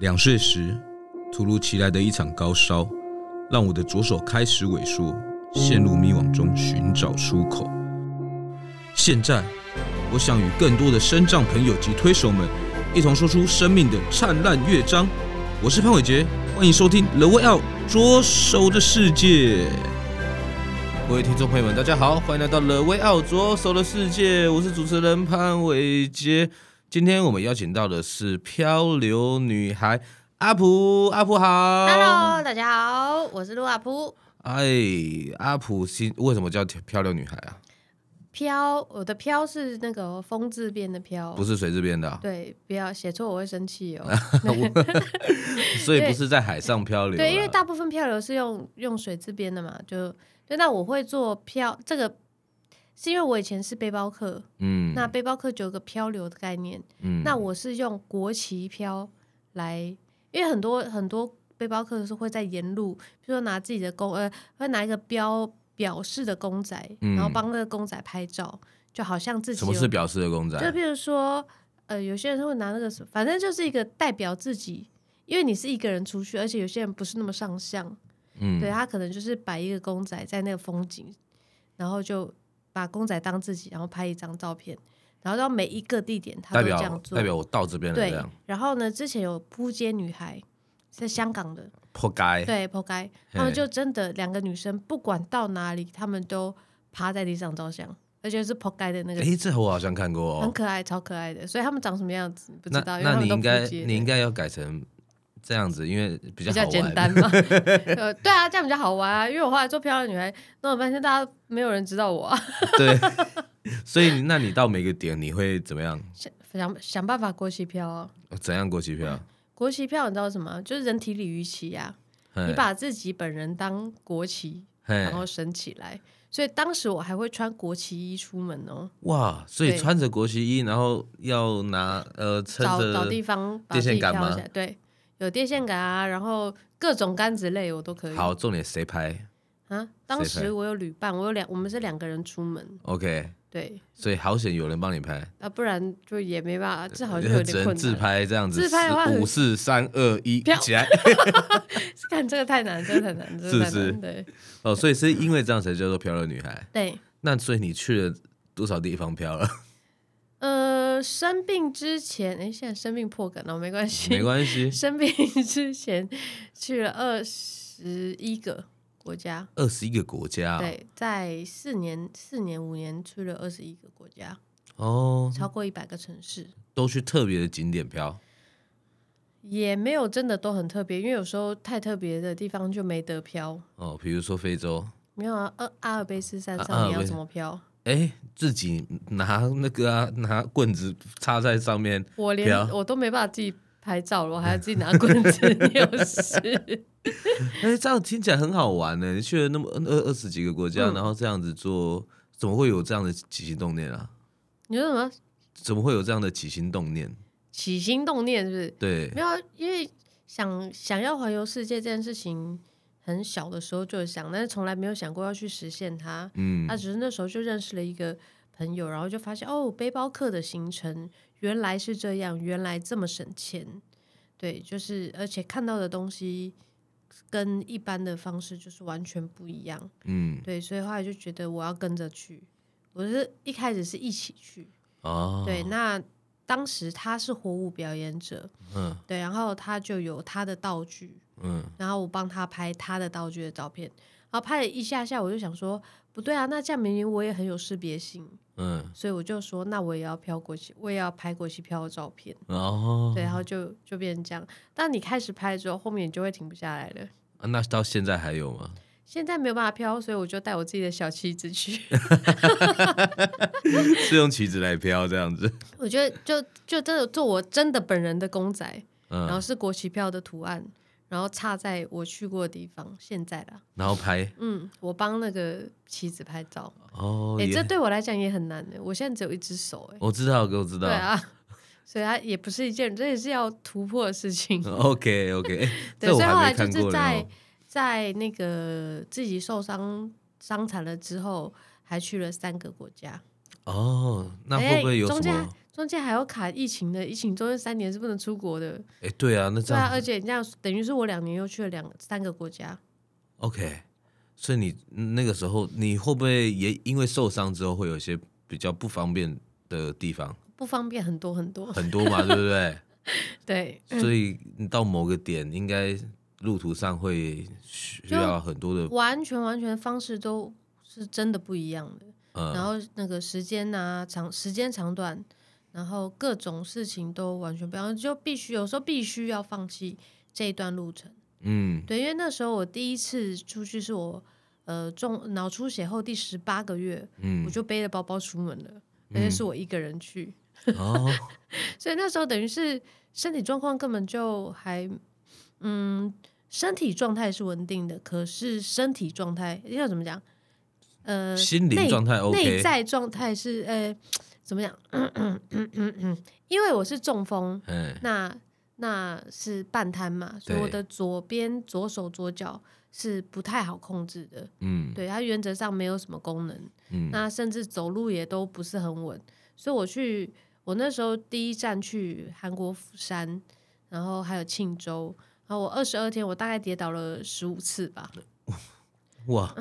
两岁时，突如其来的一场高烧，让我的左手开始萎缩，陷入迷惘中寻找出口。现在，我想与更多的身障朋友及推手们，一同说出生命的灿烂乐章。我是潘伟杰，欢迎收听《The Way Out 左手的世界》。各位听众朋友们，大家好，欢迎来到《The Way Out 左手的世界》，我是主持人潘伟杰。今天我们邀请到的是漂流女孩阿普，阿普好。 Hello，大家好，我是陆阿普。哎，阿普心为什么叫漂流女孩啊？飘，我的飘是那个哦风字边的飘，不是水这边的、啊，对，不要写错，我会生气 哦。所以不是在海上漂流啊。对，因为大部分漂流是用用水字边的嘛，就对。那我会做漂，这个是因为我以前是背包客，嗯那背包客就有个漂流的概念。嗯那我是用国旗漂来，因为很多很多背包客是会在沿路，比如说拿自己的公呃，会拿一个标表示的公仔，嗯然后帮那个公仔拍照，就好像自己什么有是表示的公仔？就比如说呃，有些人会拿那个什么，反正就是一个代表自己。因为你是一个人出去，而且有些人不是那么上相，嗯对他可能就是摆一个公仔在那个风景，然后就把公仔当自己，然后拍一张照片，然后到每一个地点他代都这样表做，代表我到这边了这对样，，然后呢，之前有扑街女孩，是香港的，破该。对，扑街，他们就真的两个女生，不管到哪里，她们都趴在地上照相，而且是扑街的那个，哎，这我好像看过很哦。可爱，超可爱的。所以他们长什么样子不知那道，因为那他你们都应扑该街你应的。该要改成这样子，因为比较比好玩。较简单嘛，呃，对啊，这样比较好玩啊。因为我后来做漂亮女孩，弄了半天，大家没有人知道我、啊， 对，所以你那你到每个点你会怎么样？想想想办法国旗漂、啊。怎样过期票？国旗漂你知道是什么？就是人体鲤鱼旗呀、嘿你把自己本人当国旗，嘿然后升起来。所以当时我还会穿国旗衣出门哦，哇，所以对穿着国旗衣，然后要拿呃撑找着找地方把电自线己杆挑吗起来。对，有电线杆啊，然后各种杆子类我都可以。好，重点谁拍啊，当谁时拍我有旅伴，我有两，我们是两个人出门， ？OK，对所以好险有人帮你拍，啊，不然就也没 办法，这好像有只点能困自 难。拍这样子。自拍的话四很五四三二一， 飘起来 看这个太难，这个太难，这是个 太是难。对哦！所以是因为这样才叫做漂流女孩。对，那所以你去了多少地方 漂了？呃，生病之前，哎，现在生病破梗了，没关系，没关系， 生病之前去了二十一个国家，二十一个国家啊对，在四年、四年、五年去了二十一个国家，哦，超过一百个城市，都去特别的景点漂。也没有真的都很特别，因为有时候太特别的地方就没得飘。哦，比如说非洲，没有啊，阿阿尔卑斯山啊阿尔上你卑要斯怎么飘？哎，自己拿那个啊，拿棍子插在上面，我连飘我都没办法自己拍照了，我还要自己拿棍子， 你有事？哎，这样听起来很好玩呢。你去了那么二二十几个国家，嗯然后这样子做，怎么会有这样的起心动念啊？你说什么？怎么会有这样的起心动念？起心动念是不是？对没，有啊，因为想想要环游世界这件事情，很小的时候就有想，但是从来没有想过要去实现它。嗯他、，只是那时候就认识了一个朋友，然后就发现哦，背包客的行程原来是这样，原来这么省钱。对，就是而且看到的东西跟一般的方式就是完全不一样。嗯，对，所以后来就觉得我要跟着去。我是一开始是一起去，哦，对，，那当时他是火舞表演者，嗯对，然后他就有他的道具，嗯，然后我帮他拍他的道具的照片，然后拍了一下下，我就想说不对啊，那这样明明我也很有识别性，嗯，所以我就说那我也要飘国旗，我也要拍国旗飘的照片，哦，对，然啊后就就变成这样。当你开始拍之后，后面你就会停不下来了。啊那到现在还有吗？现在没有办法飘，所以我就带我自己的小旗子去。 是用旗子来飘这样子，我觉得就就真的做我真的本人的公仔，然后嗯，是国旗票的图案，然后插在我去过的地方。现在啦，然后拍，嗯，我帮那个旗子拍照，哦，哎、也这对我来讲也很难的。我现在只有一只手、哎，我知道，我知道对。啊， 所以它也不是一件，这也是要突破的事情。 OK OK， 嗯对，这我所以后还来没就看是过呢在哦。在那个自己受伤伤残了之后，还去了三个国家。哦，那哎会不会有中什间么？中间还要卡疫情的，疫情中间三年是不能出国的。哎、对啊，那这对啊，样、而且你这样等于是我两年又去了两三个国家。 OK，所以你嗯那个时候你会不会也因为受伤之后会有一些比较不方便的地 方，不方便很多很多， 很多嘛，对不对？对，所以你到某个点，应该路途上会需就要很多的完全完全方式都是真的不一样的。然呃，后那个时间呐、长时间长短，然后各种事情都完全不一样，就必须有时候必须要放弃这一段路程。嗯，对，因为那时候我第一次出去是我呃中脑出血后第十八个月，嗯我就背着包包出门了，而且是我一个人去，哦，所以那时候等于是身体状况根本就还嗯，身体状态是稳定的，可是身体状态要怎么讲？呃，心灵内状态 OK 内在状态是呃怎么讲？因为我是中风，嗯，那那是半瘫嘛，所以对我的左边左手左脚是不太好控制的，嗯，对它原则上没有什么功能，嗯那甚至走路也都不是很稳，所以我去我那时候第一站去韩国釜山，然后还有庆州。然后我二十二天，我大概跌倒了十五次吧。哇，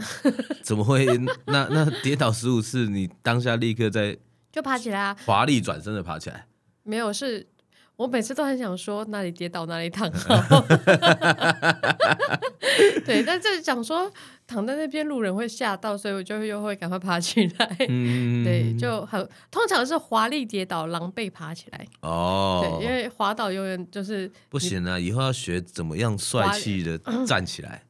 怎么会？那那跌倒十五次，你当下立刻在就爬起来啊，华丽转身的爬起来，没有，是我每次都很想说哪里跌倒哪里躺好。 对，但是想说躺在那边路人会吓到，所以我就又会赶快爬起来。 嗯，对，就很通常是华丽跌倒，狼狈爬起来。哦对，，因为滑倒永远就是不行啊，以后要学怎么样帅气的站起来。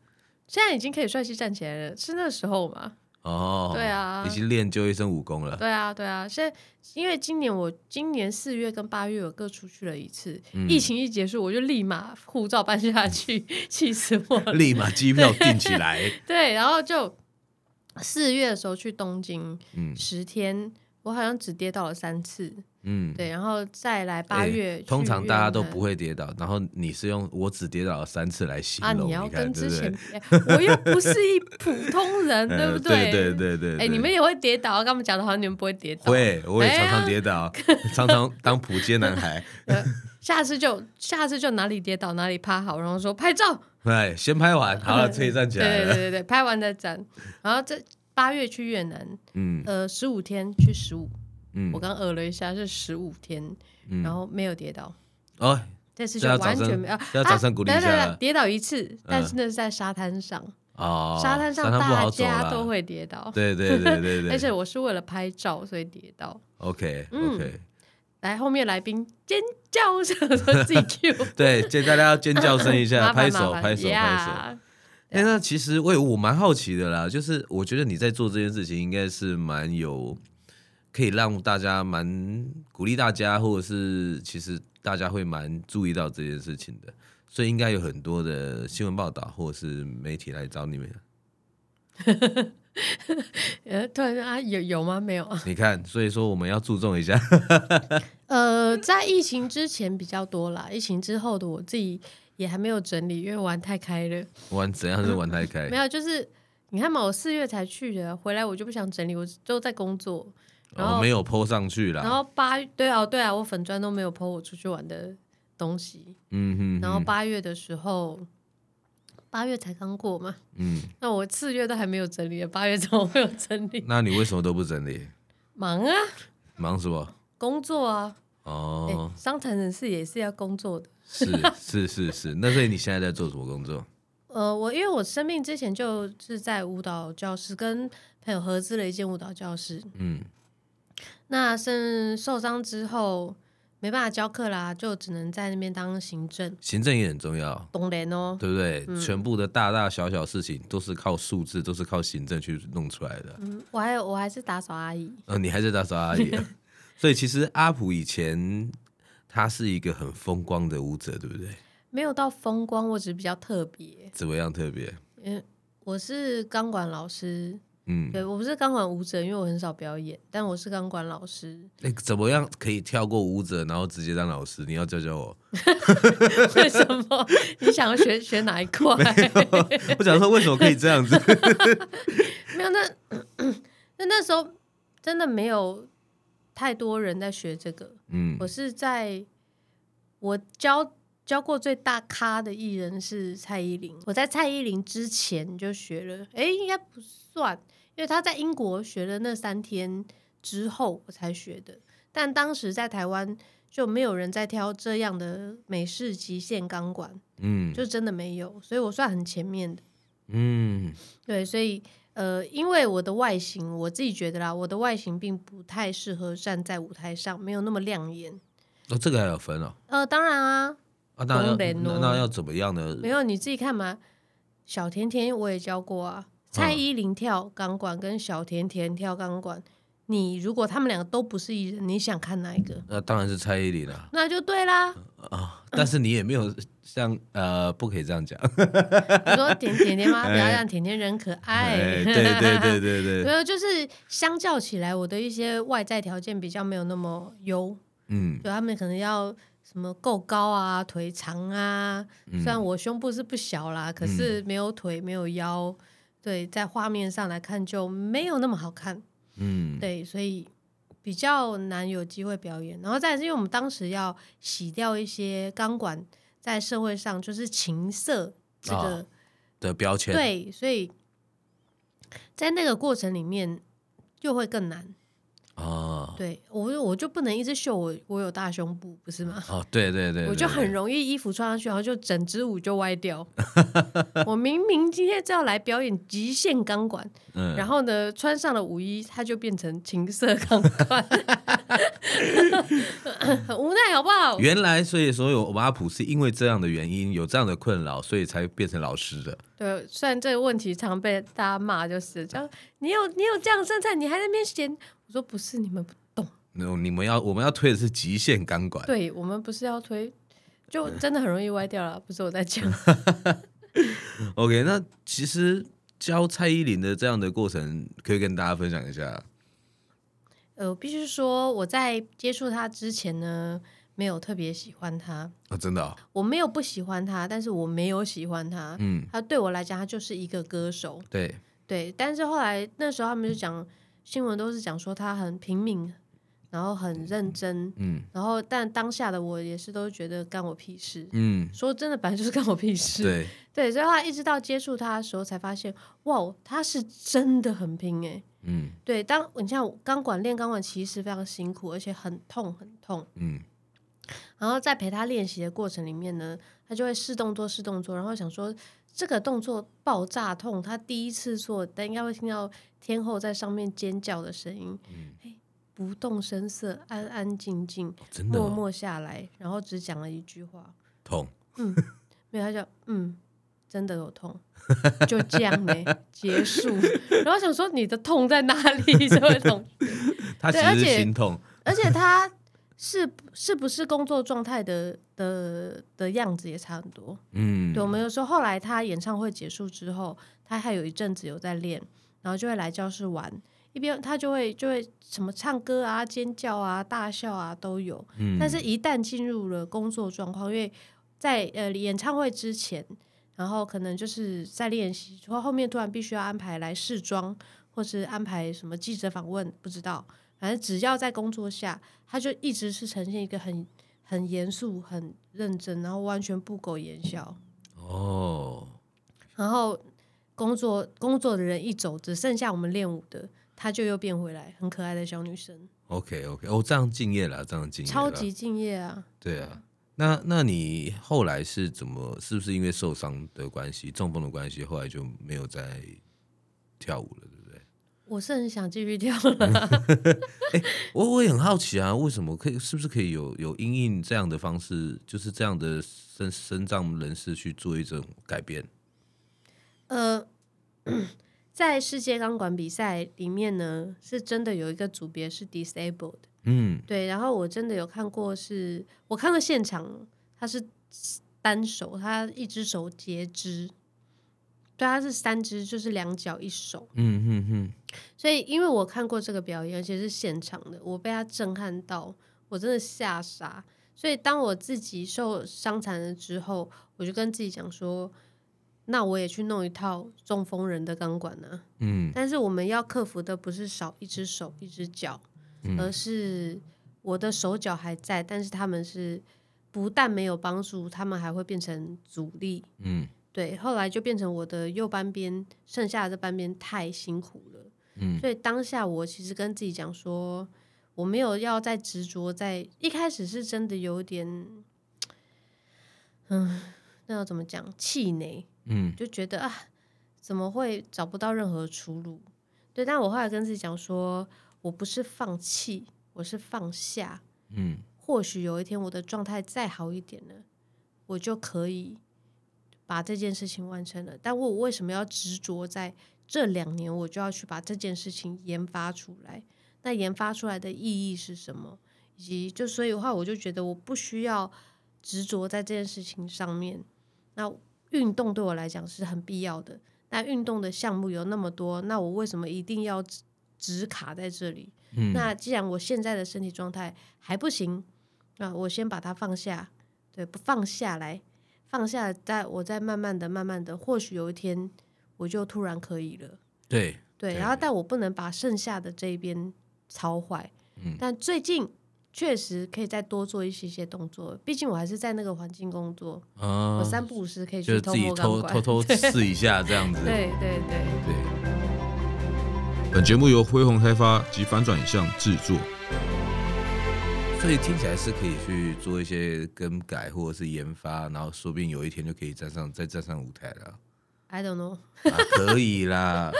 现在已经可以帅气站起来了，是那时候嘛？哦，对啊已经练就一身武功了。对啊，对啊。现在因为今年我今年四月跟八月我各出去了一次，嗯疫情一结束我就立马护照办下去， 气死我了。立马机票订起来， 对，然后就四月的时候去东京嗯十天，我好像只跌倒了三次。嗯，对，然后再来八哎月、通常大家都不会。会跌倒，然后你是用我只跌倒了三次来形啊，容，你要看跟之前对不比，哎我又不是一普 通人，对？对不呃对？对对对对哎，对你们也会跌倒，跟他们讲的好像你们不会跌倒。会，我也 哎常呀常跌倒，常常当普街男 孩。呃下次就下次就哪里跌倒哪里趴好，然后说拍照。哎，先拍完，好了，可以站起对来嗯对对了。对对，拍完再展。然后这八月去越南，嗯呃，十五天去十五，嗯我，刚呃了一下是十五天，嗯然后没有跌倒。哦，这次这就要完掌声全没有，这要掌声鼓励一啊下等等等等跌倒一次，但是嗯那是在沙滩上，哦，沙滩上不大好走家啦都。会跌倒，对对对对 对，而且我是为了拍照所以跌倒。 OK 嗯 OK，来，后面来宾尖叫声 说 GQ，对，就大家要尖叫声一下， 麻拍烦手麻烦拍手拍手。呀哎、那其实我也我蛮好奇的啦，就是我觉得你在做这件事情，应该是蛮有可以让大家蛮鼓励大家，或者是其实大家会蛮注意到这件事情的，所以应该有很多的新闻报道或者是媒体来找你们。呃，突然啊，有有吗？没有啊。你看，所以说我们要注重一下，呃，在疫情之前比较多啦，疫情之后的我自己也还没有整理，因为玩太开了。玩怎样是玩太开没，有，就是你看嘛，我四月才去的，回来我就不想整理，我都在工作。然然后后、哦没有 PO 上去然啦。后八对啊对啊，我粉砖都没有 PO 我出去玩的东西。嗯哼，然后八月的时候，八月才刚过嘛，嗯，那我四月都还没有整理，八月怎么会有整理？ 那你为什么都不整理？忙啊，忙什么？工作啊，哎、哦，伤残人士也是要工作的。是是是是，那所以你现在在做什么工作？呃，我因为我生病之前就是在舞蹈教室跟朋友合资了一间舞蹈教室，嗯那是受伤之后没办法教课啦，就只能在那边当行政，行政也很重要，懂人哦。对不对？全部的大大小小事情都是靠数字，都是靠行政去弄出来的。嗯、我还有我还是打扫阿姨，你还是打扫阿姨 啊，所以其实阿普以前他是一个很风光的舞者，对不对？没有到风光，我只是比较特别。怎么样特别？我是钢管老师，嗯，对我不是钢管舞者，因为我很少表演，但我是钢管老师。 那怎么样可以跳过舞者，然后直接当老师？你要教教 我。 为什么？ 你想要学学哪一块？我想说，为什么可以这样子？ 没有，那那那时候真的没有太多人在学这个。嗯我是在我教教过最大咖的艺人是蔡依林，我在蔡依林之前就学了，哎、应该不算，因为她在英国学了那三天之后我才学的，但当时在台湾就没有人在挑这样的美式极限钢管，嗯就真的没有，所以我算很前面的。嗯对，所以呃，因为我的外形，我自己觉得啦，我的外形并不太适合站在舞台上，没有那么亮眼。哦，这个还有分哦。呃，当然啊，啊，那要当然那哦那要怎么样呢？没有你自己看嘛。小甜甜我也教过嗯啊，蔡依林跳钢管跟小甜甜跳钢管，你如果他们两个都不是艺人，你想看哪一个？那当然是蔡依林啦、那就对啦。啊，但是你也没有像呃，不可以这样讲。你说甜甜甜吗？不要让甜甜人可爱。 哎，对对对对没对，有，就是相较起来，我的一些外在条件比较没有那么优，嗯就他们可能要什么够高啊、腿长啊。嗯虽然我胸部是不小啦，可是没有腿、没有腰，对，在画面上来看就没有那么好看。嗯，对，所以比较难有机会表演。然后再来是因为我们当时要洗掉一些钢管在社会上就是情色这啊个、的标签，对，所以在那个过程里面就会更难。啊，对我就我就不能一直秀我我有大胸部，不是吗？哦，对对对，我就很容易衣服穿上去，然后就整支舞就 歪掉。我明明今天就要来表演极限钢管，嗯然后呢，穿上了舞衣，它就变成情色钢管， 很无奈，好不好？原来，所以所有我们阿普是因为这样的原因，有这样的困扰，所以才变成老师的。对，虽然这个问题常被大家骂，就是这样，你有你有这样的身材，你还在那边嫌？我说不是，你们不懂，那哦你们要我们要推的是极限钢管，对我们不是要推，就真的很容易歪掉了，不是我在嗯讲。 OK，那其实教蔡依林的这样的过程，可以跟大家分享一下。呃，我必须说，我在接触他之前呢，没有特别喜欢他，啊，真的哦、我没有不喜欢他，但是我没有喜欢他，嗯，他对我来讲，他就是一个歌手。对，对，但是后来那时候他们就讲新闻都是讲说他很平民，然后很认真，嗯然后但当下的我也是都觉得干我屁事。嗯，说真的，本来就是干我屁事。对，对，所以后来一直到接触他的时候，才发现，哇，哦他是真的很拼诶、嗯对，当你像钢管练钢管，其实非常辛苦，而且很痛很痛。嗯然后在陪他练习的过程里面呢，他就会试动作试动作，然后想说这个动作爆炸痛，他第一次做，但应该会听到天后在上面尖叫的声音。嗯哎，不动声色，安安静静，真的、默哦、默下来，然后只讲了一句话，痛，嗯，没有，他就嗯，真的 有痛，就这样呢、结束。然后想说你的痛在哪里？ 这位同他其而实是且心痛，而且他是是不是工作状态的的的样子也差很多。嗯对，我们有时候后来他演唱会结束之后，他还有一阵子有在练，然后就会来教室玩，一边他就会就会什么唱歌啊、尖叫啊、大笑啊都有。嗯但是，一旦进入了工作状况，因为在呃演唱会之前，然后可能就是在练习，然后后面突然必须要安排来试妆，或是安排什么记者访问，不知道，反正只要在工作下，他就一直是呈现一个很很严肃、很认真，然后完全不苟言笑，哦，然后工作工作的人一走，只剩下我们练舞的。她就又变回来，很可爱的小女生， OK OK，哦，这样敬业了，这样敬业啦，超级敬业啊！对啊。那那你后来是怎么？是不是因为受伤的关系、中风的关系，后来就没有再跳舞了，对不对？我是很想继续跳 了，我我也很好奇啊，为什么可以？是不是可以有有因应这样的方式，就是这样的身身障人士去做一种改变？呃，在世界钢管比赛里面呢，是真的有一个组别是 disabled，嗯对，然后我真的有看过是，我看过现场，他是单手，他一只手截肢，对，他是三只，就是两脚一手，嗯嗯嗯，所以因为我看过这个表演，而且是现场的，我被他震撼到，我真的吓傻。所以当我自己受伤残了之后，我就跟自己讲说，那我也去弄一套中风人的钢管呢、啊嗯但是我们要克服的不是少一只手一只脚，而是我的手脚还在，但是他们是不但没有帮助，他们还会变成阻力。嗯对，后来就变成我的右半边剩下的这半边太辛苦了，嗯，所以当下我其实跟自己讲说，我没有要再执着在一开始是真的有点，嗯，那要怎么讲，气馁，嗯就觉得啊，怎么会找不到任何出路？对，但我后来跟自己讲说，我不是放弃，我是放下，嗯或许有一天我的状态再好一点了，我就可以把这件事情完成了。但我为什么要执着在这两年，我就要去把这件事情研发出来？那研发出来的意义是什么？以及就所以的话，我就觉得我不需要执着在这件事情上面。那运动对我来讲是很必要的。那运动的项目有那么多，那我为什么一定要只只卡在这里？嗯那既然我现在的身体状态还不行，啊，我先把它放下，对，不放下来，放下来，再我再慢慢的、慢慢的，或许有一天我就突然可以了，对对。然后，但我不能把剩下的这一边操坏，嗯。但最近确实可以再多做一些些动作，毕竟我还是在那个环境工作，啊我，三不五时可以就是去自偷己摸钢偷管，偷 偷试一下这样子，对对对。对。本节目由恢宏开发及翻转影像制作。所以听起来是可以去做一些更改或者是研发，然后说不定有一天就可以站上再站上舞台了。 I don't know，啊、 可以啦，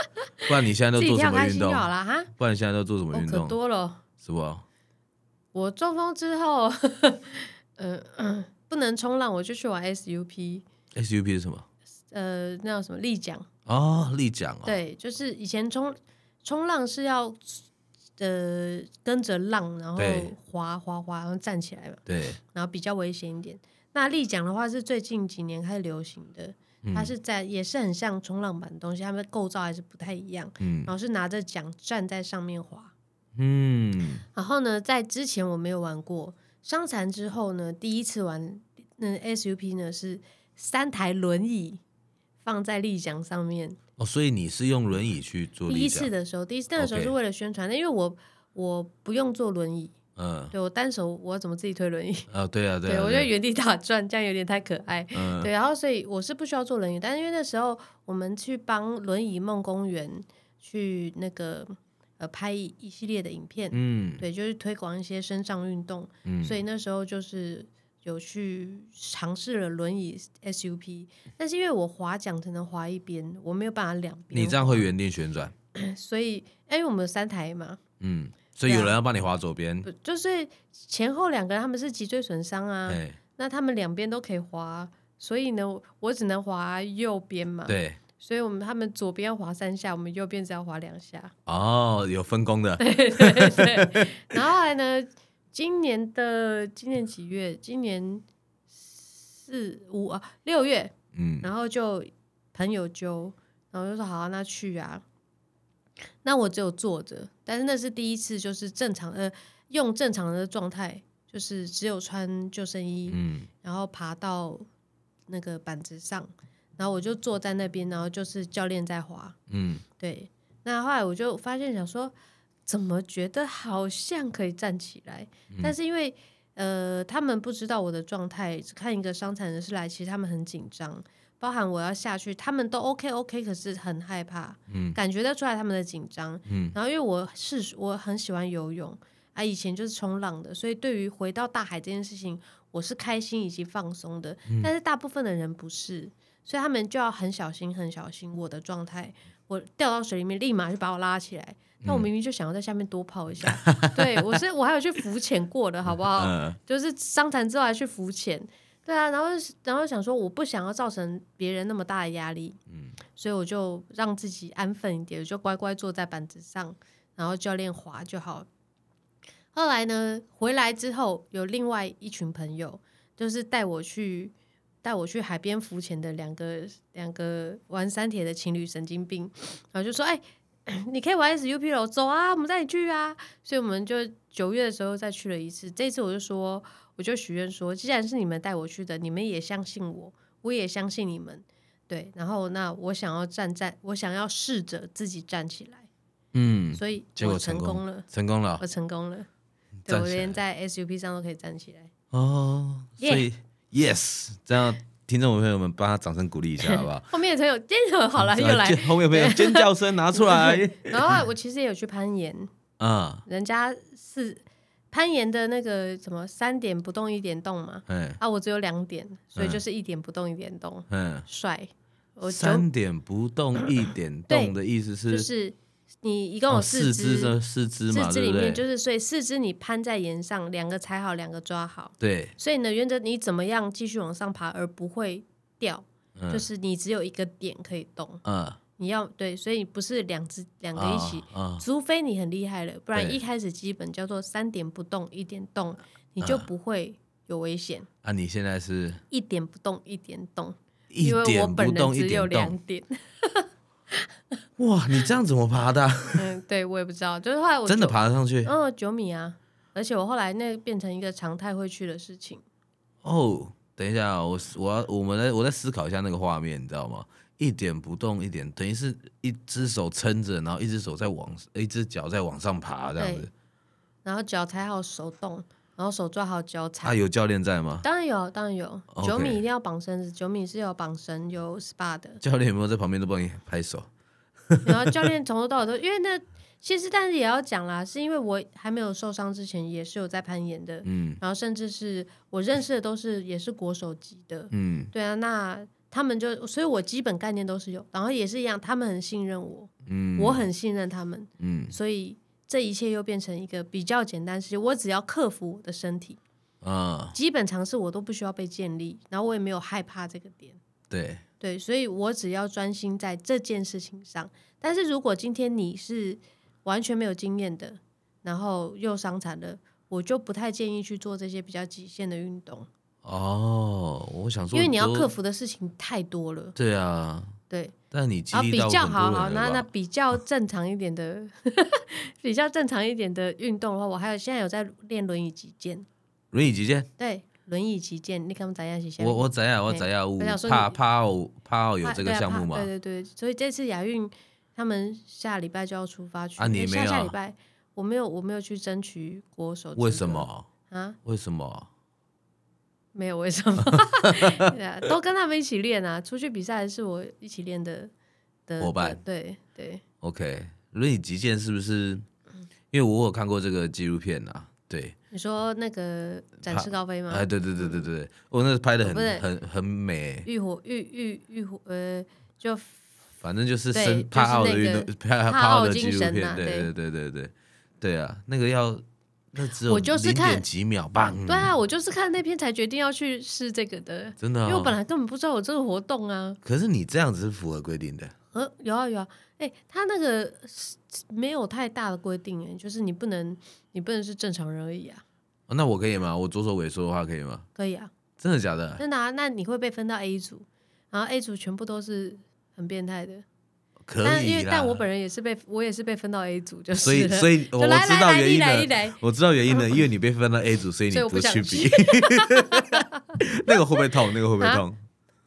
不然你现在自都做什己跳么开运心动就？好啦哈。不然你现在都做什么哦运，可动？多了。是不？我中风之后，呃， 不能冲浪，我就去玩 SUP， SUP 是什么？呃，那叫什么立桨？哦，立桨哦。对，就是以前冲冲浪是要呃跟着浪，然后对滑滑滑，然后站起来嘛，对然后比较危险一点。那立桨的话是最近几年开始流行的，它是在也是很像冲浪板的东西，它们构造还是不太一样，嗯然后是拿着桨站在上面滑。嗯然后呢，在之前我没有玩过，伤残之后呢，第一次玩那 SUP 呢是三台轮椅放在立桨上面。哦，所以你是用轮椅去做第哦立一次桨？的时候，第一次那个时候 OK 是为了宣传，那因为我我不用坐轮椅，嗯对我单手我怎么自己推轮椅？ 啊，对啊对对啊。我觉得原地打转这样有点太可爱。嗯对，然后所以我是不需要坐轮椅，但是因为那时候我们去帮轮椅梦公园去那个呃拍一一系列的影片，嗯对，就是推广一些身障运动，嗯所以那时候就是有去尝试了轮椅 SUP，但是因为我划桨只能划一边，我没有办法两边，你这样会原地旋转。所以因为我们有三台嘛，嗯，所啊以有人要帮你划左边。不就是前后两个人他们是脊椎损伤啊，哎，那他们两边都可以划，所以呢，我我只能划右边嘛，，对。所以我们他们左边要划三下，我们右边只要划两下， 哦，有分工的。然后后来呢，今年的今年几月？今年四五啊六月，嗯然后就朋友揪，然后就说好、啊，那去啊。那我只有坐着，但是那是第一次，就是正常呃，用正常的状态，就是只有穿救生衣，嗯然后爬到那个板子上，然后我就坐在那边，然后就是教练在滑，嗯对，那后来我就发现想说，怎么觉得好像可以站起来，但是因为呃，他们不知道我的状态，只看一个伤残人士来，其实他们很紧张，包含我要下去，他们都 OK OK，可是很害怕，嗯感觉得出来他们的紧张，嗯然后因为我是我很喜欢游泳啊，以前就是冲浪的，所以对于回到大海这件事情，我是开心以及放松的。嗯但是大部分的人不是，所以他们就要很小心、很小心我的状态。我掉到水里面，立马就把我拉起来。那我嗯明明就想要在下面多泡一下，对我是我还有去浮潜过的，好不好？嗯就是伤残之后还去浮潜，对啊，然后然后想说我不想要造成别人那么大的压力，嗯所以我就让自己安分一点，我就乖乖坐在板子上，然后教练滑就好。后来呢，回来之后有另外一群朋友，就是带我去带我去海边浮潜的两个两个玩山铁的情侣神经病，然后就说：“哎、 你可以玩 SUP 了，走啊，我们带你去啊。”所以我们就九月的时候再去了一次。这次我就说，我就许愿说，既然是你们带我去的，你们也相信我，我也相信你们。对，然后那我想要站在，我想要试着自己站起来，嗯，所以结我果成成功功了，成功了哦我成功了，对站我起连来在 SUP 上都可以站起来。哦，所以 yes，这样听众朋友们帮他掌声鼓励一 下好不好？后面也才有，真的好了又来这。样 后面有朋友 尖叫声拿出嗯来然后我其实也有去攀岩，啊，人家是攀岩的那个什么三点不动一点动嘛，哎啊，我只有两点，所以嗯就是一点不动一点动，嗯，帅。我九三点不动一点对动的意思就是是你一共哦有四肢，肢的四肢嘛，四肢对里不面就对？是所以四肢你攀在岩上，两个踩好，两个抓好。对，所以呢，原则你怎么样继续往上爬而不会掉，嗯就是你只有一个点可以动，啊，你要对，所以不是两只两个一起，啊，除非你很厉害了，不然对一开始基本叫做三点不动一点动，嗯你就不会有危险。啊，你现在是一点不动一点动，一因为我点本不人动一只有点两动，点。 哇，你这样怎么爬的啊？嗯，对我也不知道，就是后 来我真的就爬得上去？嗯，九米啊！而且我后来那变成一个常态会去的事情。哦，等一下，我思我要我们来我在思考一下那个画面，你知道吗？一点不动，一点等于是一只手撑着，然后一只手在往，一只脚在往上爬这样子对。然后脚踩好手动，然后手抓好脚踩。啊，有教练在吗？当然有，当然有。 OK。九米一定要绑绳子，九米是有绑绳有 SPA 的教练有没有在旁边都帮你拍手？然后教练从头到尾都，因为那其实但是也要讲啦，是因为我还没有受伤之前也是有在攀岩的，嗯然后甚至是我认识的都是也是国手级的，嗯对啊，那他们就所以我基本概念都是有，然后也是一样，他们很信任我，嗯，我很信任他们，嗯所以这一切又变成一个比较简单的事情。我只要克服我的身体，啊，基本常识我都不需要被建立，然后我也没有害怕这个点。对，对，所以我只要专心在这件事情上。但是如果今天你是完全没有经验的，然后又伤残了，我就不太建议去做这些比较极限的运动，哦，我想说，因为你要克，服的事情太多了。对啊，对，但你激然后励啊比到较很好多好，人那了那吧比较正常一点的， 比较正常一点的运动的话，我还有现在有在练轮椅击剑，轮椅击剑，对，轮椅击剑，你看怎样是？我我怎样我怎样，我我想说怕你怕奥怕奥有怕这对个啊项怕目吗？对对对，所以这次亚运他们下礼拜就要出发去，啊你诶没下下有礼拜我没有我没有去争取国手资格，为什么？啊？为什么？没有为什么？ 对啊，都跟他们一起练啊，出去比赛是我一起练的的伙伴的对对 OK，轮椅击剑是不是？因为我有看过这个纪录片啊，对，你说那个展怕翅高飞吗？哎，对对对对对，我那拍的嗯不是很很很美，浴火浴浴浴火呃，就反正就是对生就是帕奥的那运个动，帕帕帕奥奥的纪精录神片，啊对对对对对对对啊，那个要那只有我就是零看点几秒吧，嗯对啊，我就是看那篇才决定要去试这个的，真的因哦，为我本来根本不知道有这个活动啊。可是你这样子是符合规定的呃，有啊有啊，哎、他那个是没有太大的规定、哎，就是你不能，你不能是正常人而已啊，哦，那我可以吗？我左手萎缩的话可以吗？可以啊，真的假的？真的啊，那你会被分到 A 组，然后 A 组全部都是很变态的，可但因以为啦，但我本人也是被我也是被分到 A 组， 就是所以了所以就我来知来道来原因一来一了，来，我知道原因了，因为你被分到 A 组，所以你所以我不想去去啊比。 那个会不会痛？那个会不会痛？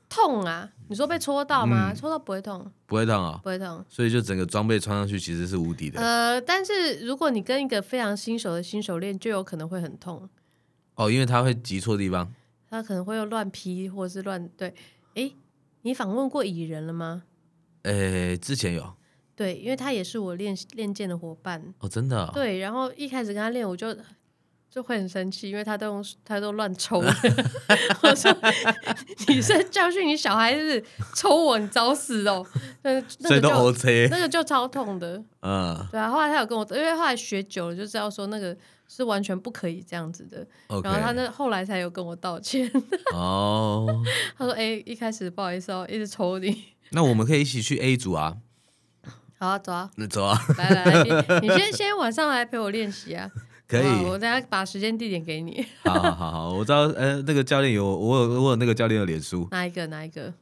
痛啊！你说被戳到吗？嗯戳到不会痛，不会痛啊、不会痛。所以就整个装备穿上去其实是无敌的。呃，但是如果你跟一个非常新手的新手练，就有可能会很痛，哦，因为它会击错地方。他可能会又乱劈或是乱对。诶，你访问过蚁人了吗？诶，之前有对，因为他也是我练练剑的伙伴。哦，真的啊、对，然后一开始跟他练，我就就会很生气，因为他都用他都乱 抽。我说你是教训你小孩是抽我，你找死哦！那那所以都个就 OK。那个就超痛的。嗯对啊，后来他有跟我，因为后来学久了就知道说那个是完全不可以这样子的。 ，OK。然后他那后来才有跟我道歉， 哦，他说：“哎、一开始不好意思哦，一直抽你。 那我们可以一起去 A 组啊。”好、啊，走啊，那走啊， 来来来， 你你先先晚上来陪我练习啊，可以好不好我等下把时间地点给你。 好好好好，我知道。呃，那个教练有我有我有那个教练的脸书，哪一个？哪一个？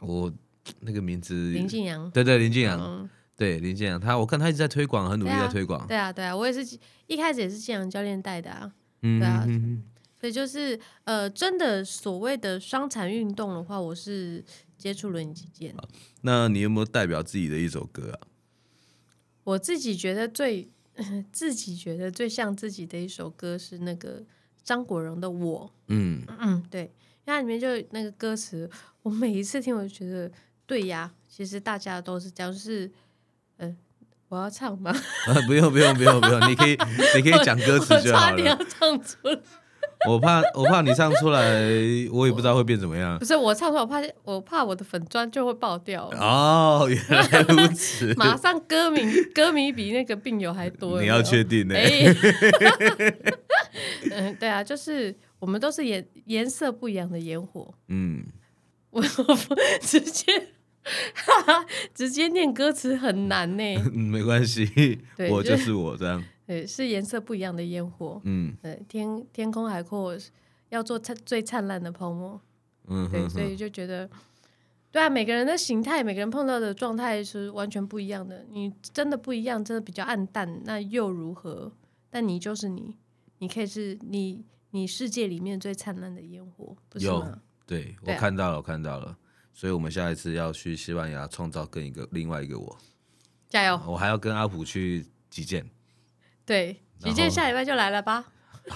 我那个名字林静阳。对对林静啊阳，哦嗯，对林静阳，他我看他一直在推广，很努力对啊在推广。对啊，对啊，我也是一开始也是静阳教练带的啊。嗯对啊嗯嗯所以就是呃，真的所谓的伤残运动的话，我是接触轮椅击剑。那你有没有代表自己的一首歌啊？我自己觉得最 自己觉得最像自己的一首歌是那个张国荣的《我》。嗯，嗯，对，因为它里面就那个歌词，我每一次听我就觉得对呀，其实大家都是这样，就是嗯、呃我要唱吗？啊 不用不用不用不用，你可 以你可以讲歌词我就好差点要了。唱出来， 我怕我怕你唱出来，我也不知道会变怎么样 不。是我唱出来，我怕我怕我的粉砖就会爆掉。，哦，原来如此 马上歌迷歌迷比那个病友还多，有你没要有确定呢、哎， 嗯，对啊，就是我们都是颜颜色不一样的烟火。嗯，我我直接直接念歌词很难呢。嗯没关系对，我就就是我这样。对，是颜色不一样的烟火。嗯对，天天空海阔，要做灿最灿烂的泡沫。嗯对，哼所哼，以就觉得，对啊，每个人的形态，每个人碰到的状态是完全不一样的。你真的不一样，真的比较暗淡，那又如何？但你就是你，你可以是你，你世界里面最灿烂的烟火，不是有吗？对我对啊看到了，我看到了。所以我们下一次要去西班牙创造更一个另外一个我，加油！我还要跟阿普去击剑，对，然李健后下礼拜就来了吧？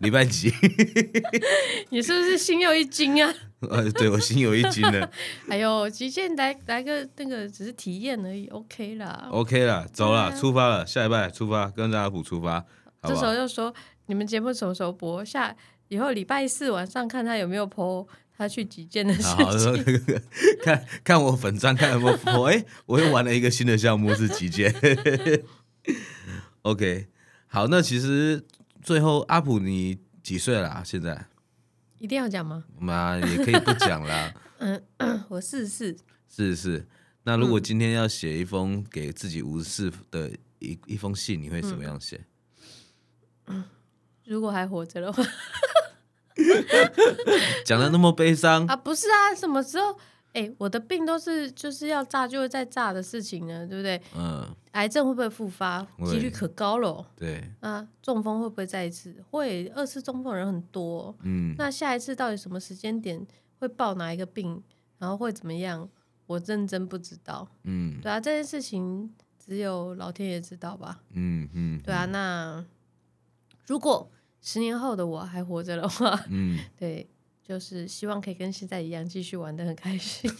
礼拜几？ 你是不是心又一惊啊？ 呃，对我心有一惊了。哎呦，极限来来个那个，只是体验而已，OK 啦。 OK 了，走了，对啊出发了，下礼拜出发，跟着阿普出发，好这不时好候？就说你们节目什么时候播？下以后礼拜四晚上看他有没有 PO 他去极限的事啊好好，情。 看看我粉章，看有没有破。哎、我又玩了一个新的项目是击剑。OK，好，那其实最后阿普你几岁啦、现在一定要讲吗？妈也可以不讲 啦，嗯我试试。是是。那如果今天要写一封给自己无视的一一封信，你会怎么样写？如果还活着的话讲的那么悲伤， 嗯啊，不是啊，什么时候？哎，我的病都是就是要炸就会再炸的事情呢，对不对？嗯，癌症会不会复发？会几率可高喽。对，啊，中风会不会再一次？会，二次中风的人很多哦、嗯，那下一次到底什么时间点会报哪一个病，然后会怎么样？我认真不知道。嗯对啊，这件事情只有老天爷知道吧？嗯嗯，对啊，那如果十年后的我还活着的话， 嗯，对，就是希望可以跟现在一样继续玩的很开心。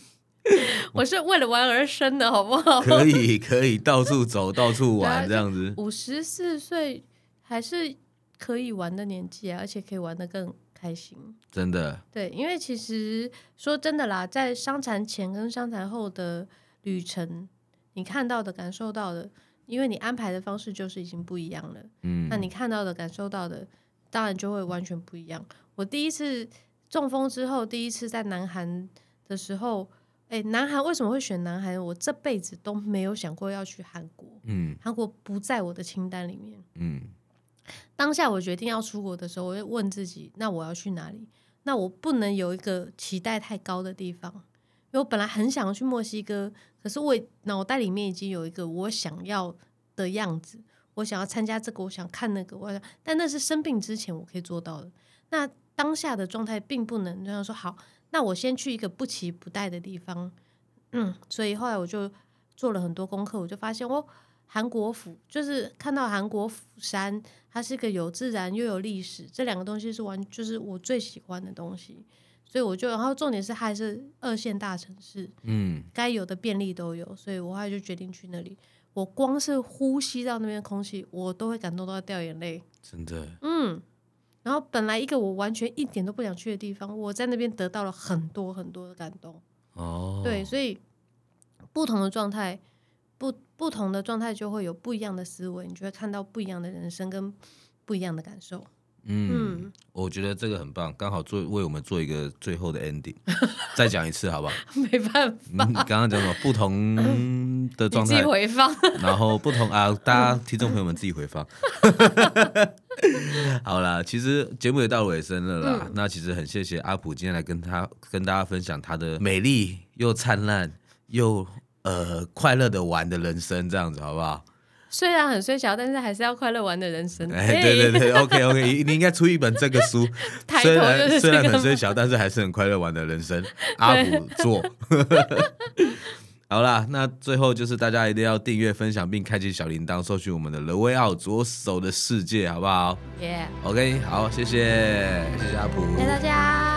我是为了玩而生的，好不好？可以可以到处走到处对啊玩就这样子，五十四岁还是可以玩的年纪啊，而且可以玩的更开心。真的，对，因为其实说真的啦，在伤残前跟伤残后的旅程，你看到的、感受到的，因为你安排的方式就是已经不一样了，嗯，那你看到的、感受到的，当然就会完全不一样。我第一次中风之后，第一次在南韩的时候，哎，南韩为什么会选南韩？我这辈子都没有想过要去韩国，嗯韩国不在我的清单里面。嗯当下我决定要出国的时候，我会问自己：那我要去哪里？那我不能有一个期待太高的地方，因为我本来很想要去墨西哥，可是我脑袋里面已经有一个我想要的样子，我想要参加这个，我想看那个，我想，但那是生病之前我可以做到的。那当下的状态并不能这样说。好，那我先去一个不期不待的地方，嗯，所以后来我就做了很多功课，我就发现哦，韩国釜就是看到韩国釜山，它是个有自然又有历史，这两个东西是完就是我最喜欢的东西，所以我就然后重点是它还是二线大城市，嗯该有的便利都有，所以我后来就决定去那里。我光是呼吸到那边的空气，我都会感动到掉眼泪。真的，嗯，然后本来一个我完全一点都不想去的地方，我在那边得到了很多很多的感动。哦，对，，所以不同的状态，不不同的状态就会有不一样的思维，你就会看到不一样的人生跟不一样的感受。 嗯，嗯，我觉得这个很棒，刚好做为我们做一个最后的 ending，再 讲一次好不好？没办法，嗯，刚刚讲什么不同的你状自己态，回放。 然后不同啊，大家听众朋友们自己回放。好啦，其实节目也到尾声了啦。那其实很谢谢阿普今天来跟他跟大家分享他的美丽又灿烂又呃快乐的玩的人生，这样子好不好？虽然很衰小，但是还是要快乐玩的人 生。哎，对对对，OK OK，你应该出一本这个书， 抬头虽就然是这虽然个很嘛。 虽小，但是还是很快乐玩的人生。阿普做，好啦，那最后就是大家一定要订阅、分享并开启小铃铛，搜寻我们的《罗威奥左手的世界》，好不好耶、 ？OK，好，谢谢，谢谢阿普，谢谢大家。